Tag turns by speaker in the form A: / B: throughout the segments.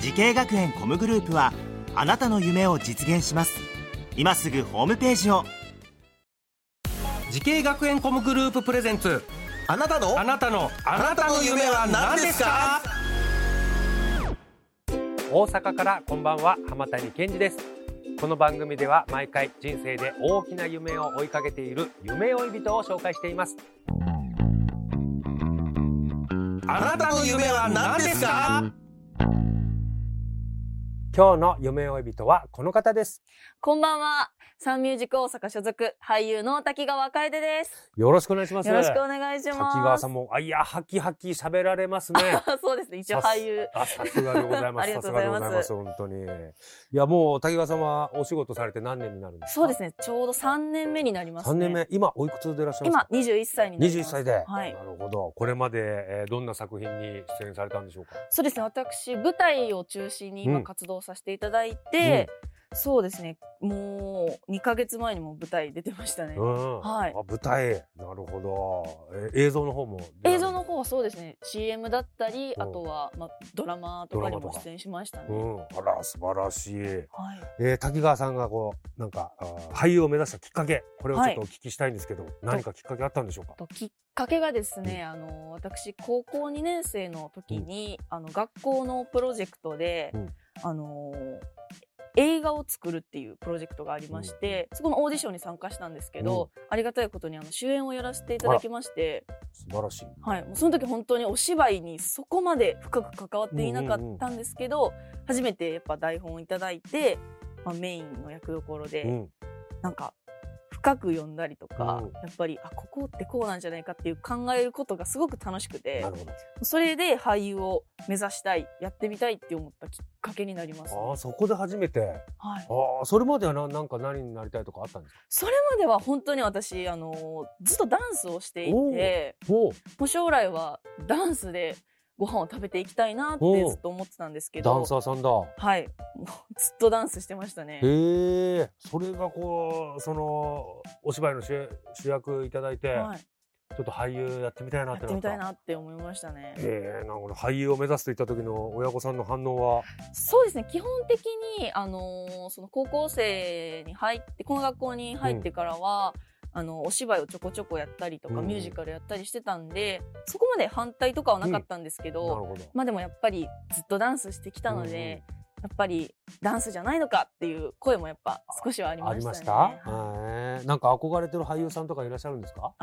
A: 時系学園コムグループはあなたの夢を実現します今すぐホームページを
B: 時系学園コムグループプレゼンツ
C: あなたの
B: あなたのあなたの夢は何ですか大阪からこんばんは浜谷健二ですこの番組では毎回人生で大きな夢を追いかけている夢追い人を紹介しています
C: あなたの夢は何ですか
B: 今日の夢追い人はこの方です
D: こんばんは。サンミュージック大阪所属、俳優の滝川楓です。
B: よろしくお願いします
D: よろしくお願いします。
B: 滝川さんもあいやハキハキ喋られますね
D: そうですね。一応俳優。
B: あさすがでございま
D: あ
B: す
D: り
B: さすがで
D: がとうござい
B: ご
D: ます
B: ざいます本当にいやもう滝川さんはお仕事されて何年になるんですか
D: そうですね。ちょうど3年目になりますね。
B: 三年目今おいくつでいらっしゃいます
D: 今
B: か、
D: 21歳になり
B: 21
D: ます。
B: 歳で、
D: はい
B: なるほどこれまで、えー、どんな作品に出演されたんでしょうか
D: そうですね。私、舞台を中心に
B: う
D: 今
B: ん
D: 活動させていただいて、そうですね。もう2ヶ月前にも舞台出てましたね。
B: うん、
D: はい
B: あ舞台なるほど、えー映像の方も出られ
D: 映
B: る
D: 像の方はそうですね CM だったり
B: ん
D: あとは、まあ、ドラマとかに
B: ドラマ
D: も
B: とか
D: 出演しましたね、
B: うんあら素晴らしい、え
D: はい、
B: ー、滝川さんがこうなんかあー俳優を目指したきっかけこれをちょっとお聞きしたいんですけど、何かきっかけあったんでしょうか
D: ときっかけがですね、あの私高校2年生の時に、あの学校のプロジェクトで、
B: うん
D: あの映画を作るっていうプロジェクトがありまして、そこのオーディションに参加したんですけど、ありがたいことにあの主演をやらせていただきまして、
B: 素晴らしい
D: はい、もうその時本当にお芝居にそこまで深く関わっていなかったんですけど、初めてやっぱ台本をいただいて、まあ、メインの役どころで、
B: うん
D: なんか深く読んだりとか、
B: うん
D: やっぱりあここってこうなんじゃないかっていう考えることがすごく楽しくて
B: なるほど
D: それで俳優を目指したいやってみたいって思ったきっかけになります、
B: あーそこで初めて
D: はい、
B: あーそれまではななんか何になりたいとかあったんですか
D: それまでは本当に私あのずっとダンスをしてい
B: おう
D: て
B: おう
D: もう将来はダンスでご飯を食べていきたいなって
B: おう
D: ずっと思ってたんですけど
B: ダンサーさんだ
D: はいもうずっとダンスしてましたね
B: へえそれがこうそのお芝居の主主役いただいて、
D: はい、
B: ちょっと俳優やってみたいな
D: や
B: っ
D: ってて
B: な
D: み
B: った
D: たいなって思いましたね
B: えー、なんか俳優を目指すと言った時の親御さんの反応は、
D: そうですね基本的に、あのーその高校生に入ってこの学校に入ってからは、あのお芝居をちょこちょこやったりとか、
B: うん
D: ミュージカルやったりしてたんでそこまで反対とかはなかったんですけ
B: な
D: ど、
B: るほど。
D: まあでもやっぱりずっとダンスしてきたので、やっぱりダンスじゃないのかっていう声もやっぱ少しはあり
B: うんあ
D: ま
B: り
D: した
B: ま
D: ね。
B: した、えーなんか憧れてる俳優さんとかいらっしゃるんですか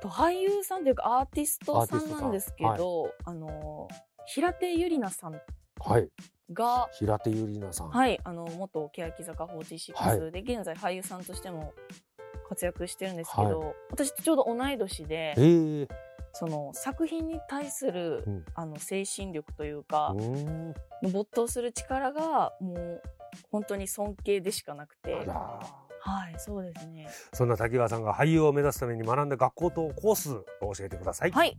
D: と俳優さんというかアーティストさ
B: アーティ
D: ん
B: スト
D: な
B: さん
D: んですけど、あのー平手友梨奈さん
B: はい。
D: が
B: 平手友梨奈さん。い。
D: はい、あの元欅坂46で、現在俳優さんとしても活躍してるんですけど、私とちょうど同い年で
B: えー、
D: その作品に対する、
B: うん
D: あの精神力というか
B: う、ーん。
D: 没頭する力がもう本当に尊敬でしかなくて
B: あら
D: はいそうですね
B: そんな滝川さんが俳優を目指すために学んだ学校とコースを教えてください。
D: はい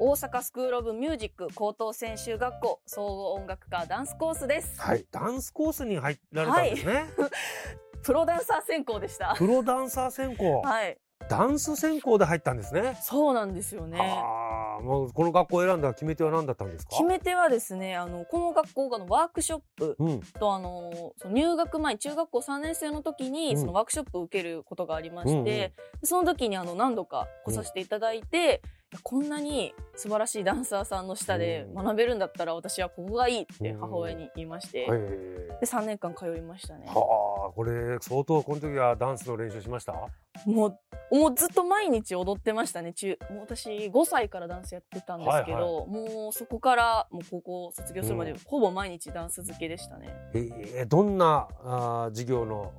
D: 大阪スクール・オブ・ミュージック高等専修学校総合音楽科ダンスコースです、
B: はい。ダンスコースに入られたんですね。
D: プロダンサー専攻でした
B: プロダンサー専攻、
D: はい
B: ダンス専攻で入ったんですね。
D: そうなんですよね
B: ああ、もうこの学校を選んだ決め手は何だったんですか。
D: 決め手はですねあのこの学校があのワークショップ
B: うん。
D: とあのその入学前中学校3年生の時
B: う
D: に、
B: ん
D: そのワークショップを受けることがありまして、
B: うんうん
D: でその時にあの何度か来させていただいて、いやこんなに素晴らしいダンサーさんの下で
B: うん
D: 学べるんだったら私はここがいいって
B: うん
D: 母親に言いまして、
B: はい。
D: で3年間通いましたね。
B: はあ、これ相当この時はダンスの練習しました。
D: もうもうずっと毎日踊ってましたね中もう私5歳からダンスやってたんですけど、
B: はい
D: もうそこからもう高校卒業するまで、
B: うん
D: ほぼ毎日ダンス漬けでしたね。
B: えー、どんなあー授業の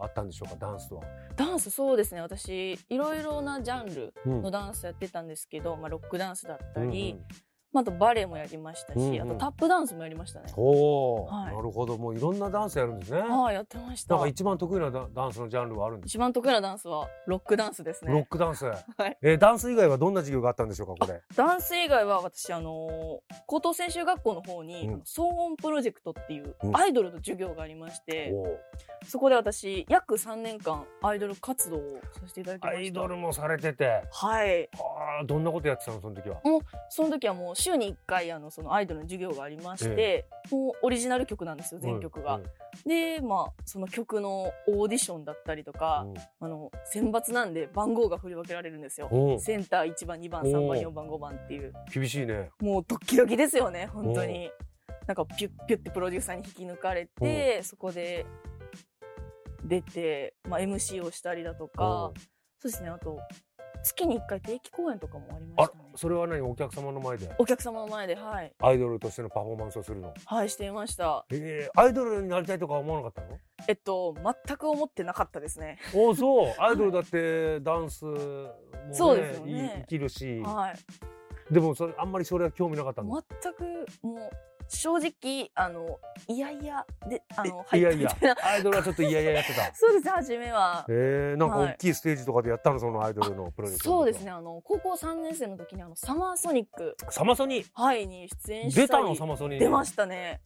B: あーあったんでしょうか、ダンスとは。
D: ダンスそうですね私いろいろなジャンル
B: うん
D: のダンスやってたんですけど、まあ、ロックダンスだったり、まあ、あとバレエもやりましたし、
B: うんうん
D: あとタップダンスもやりましたね。
B: おお、
D: はい
B: なるほどもういろんなダンスやるんですね
D: はい、やってました
B: なんか。一番得意なダダンスのジャンルはあるんです
D: 一番得意なダンスはロックダンスです
B: ロッ
D: ね。
B: クダンス、
D: い
B: えーダンス以外はどんな授業があったんでしょうかこれ
D: ダンス以外は私、あのー高等専修学校の方に、
B: うん
D: あの騒音プロジェクトっていう
B: うん
D: アイドルの授業がありまして、
B: おー
D: そこで私、約3年間アイドル活動をさせていただきま
B: ア
D: した。
B: イドルもされてて
D: はい。
B: あーどんなことやってたのその時は
D: その時はもう週に1回、あの、そのアイドルの授業がありまして、もうオリジナル曲なんですよ、全曲が。
B: うん
D: で、まあ、その曲のオーディションだったりとか、
B: うん
D: あの選抜なんで番号が振り分けられるんですよ
B: おう
D: センター1番2番
B: おう
D: 3番4番5番っていう
B: 厳しいね
D: もうドキドキですよね本当になんかピュッピュッてプロデューサーに引き抜かれてそこで出て、まあ、MC をしたりだと
B: お
D: か
B: う
D: そうですねあと月に1回定期公演とかもありま
B: あ
D: したね
B: それは何お客様の前で
D: お客様の前ではい
B: アイドルとしてのパフォーマンスをするの
D: はいしていました
B: えー、アイドルになりたいとか思わなかったの
D: えっと全く思ってなかったですね
B: おー そうアイドルだってダンスも、ね、
D: そうですよね
B: い生きるし
D: はい
B: でもそれあんまりそれは興味なかったの、
D: 全くもう正直あのいやいやであの
B: え
D: 入
B: い
D: っ
B: や
D: た
B: い
D: み
B: や
D: たいな
B: アイドルはちょっといやいややっ てた
D: そうですね初めは
B: えー、なんか
D: はい
B: 大きいステージとかでやったのそのアイドルのプロジェクトの
D: そうですねあの高校3年生の時にあのサマーソニック
B: サマソニ
D: はいに出演したり
B: 出たのサマソニ
D: 出ま
B: し
D: したね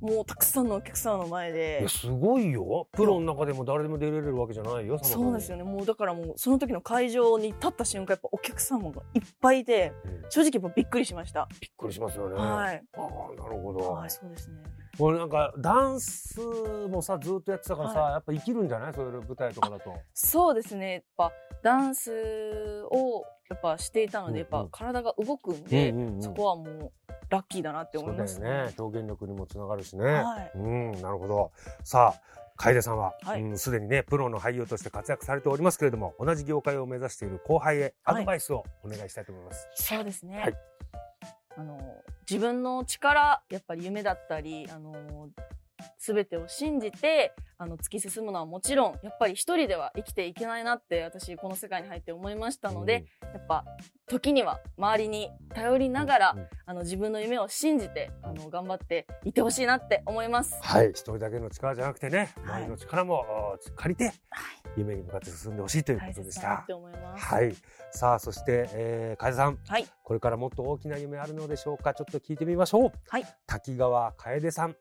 D: もうたくさんのお客さんの前
B: い
D: で
B: やすごいよプロの中でも誰でも出れるわけじゃないよサマソニ
D: そうですよねもうだからもうその時の会場に立った瞬間やっぱお客様がいっぱいいて
B: うんびっ
D: 正直やっぱびっくりしました、
B: くりしますよね、
D: はい
B: ああなるほど、
D: はいそうですね
B: 俺なんかダンスもさずっとやってたからさ、
D: は
B: やっぱ生きるんじゃないそういう舞台とかだと
D: そうですねやっぱダンスをやっぱしていたのでやっ
B: うんう
D: ぱ
B: ん
D: 体が動くんで、
B: うんうんうん
D: そこはもうラッキーだなって
B: そ
D: 思いう
B: だ
D: ま
B: よ
D: す
B: ね表現力にもつながるしね、
D: はい
B: うんなるほどさあ楓さんは
D: はい
B: うんすで、にねプロの俳優として活躍されておりますけれども同じ業界を目指している後輩へアドバイスをお願いしたいと思います、
D: そうですね、
B: はい
D: あの自分の力やっぱり夢だったりあの全てを信じてあの突き進むのはもちろんやっぱり一人では生きていけないなって私この世界に入って思いましたので、やっぱ時には周りに頼り
B: うん
D: ながら、
B: うん
D: あの自分の夢を信じてあの頑張っていってほしいなって思います。
B: はい、一人だけの力じゃなくてね、
D: は
B: 周
D: い
B: りの力もあー借りて、夢に向かって進んでほしいというこ
D: 大
B: とで
D: 切
B: し
D: だな
B: た
D: って。思います。
B: はい、さあ、そして、えー、楓さん、
D: はい
B: これからもっと大きな夢あるのでしょうか、ちょっと聞いてみましょう。
D: はい
B: 滝川楓さん、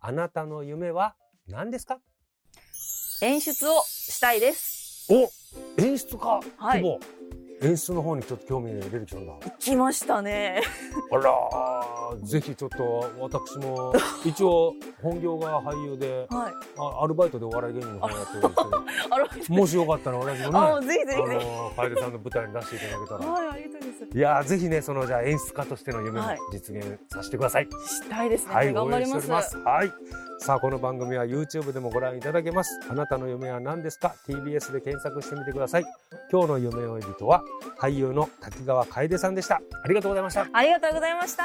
B: あなたの夢は何ですか。
D: 演出をしたいです。
B: お、演出家、
D: はい
B: 希望演出の方にちょっと興味が出てきた んだ。
D: 来ましたね。
B: あらー、ぜひちょっと私も一応本業が俳優で、
D: はい。
B: あアルバイトでお笑い芸人の方やってるんですけど。
D: あら、
B: もしよかったら同じのね、
D: あ、もうぜひぜ
B: あ
D: ひぜ
B: の楓さんの舞台に出していただけた
D: ひ。
B: ら。
D: はい、ありがとうございます。
B: いやーぜひねそのじゃあ演出家としての夢を
D: はい
B: 実現させてください。
D: したいですね。
B: はい、
D: 頑
B: 応
D: 張
B: 援
D: り
B: してお
D: ま
B: り
D: す。
B: ます。はい。さあこの番組は YouTube でもご覧いただけます。あなたの夢は何ですか ?TBS で検索してみてください。今日の夢追い人は俳優の滝川楓さんでした。ありがとうございました。
D: ありがとうございました。